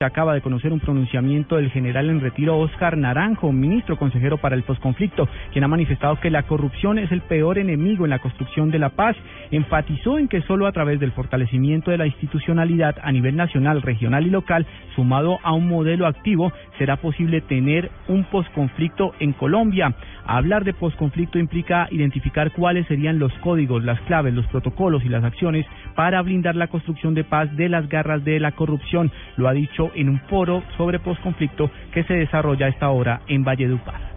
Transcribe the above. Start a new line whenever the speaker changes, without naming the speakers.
Acaba de conocer un pronunciamiento del general en retiro Óscar Naranjo, ministro consejero para el posconflicto, quien ha manifestado que la corrupción es el peor enemigo en la construcción de la paz. Enfatizó en que solo a través del fortalecimiento de la institucionalidad a nivel nacional, regional y local, sumado a un modelo activo, será posible tener un posconflicto en Colombia. Hablar de posconflicto implica identificar cuáles serían los códigos, las claves, los protocolos y las acciones para blindar la construcción de paz de las garras de la corrupción. Lo ha dicho en un foro sobre posconflicto que se desarrolla a esta hora en Valledupar.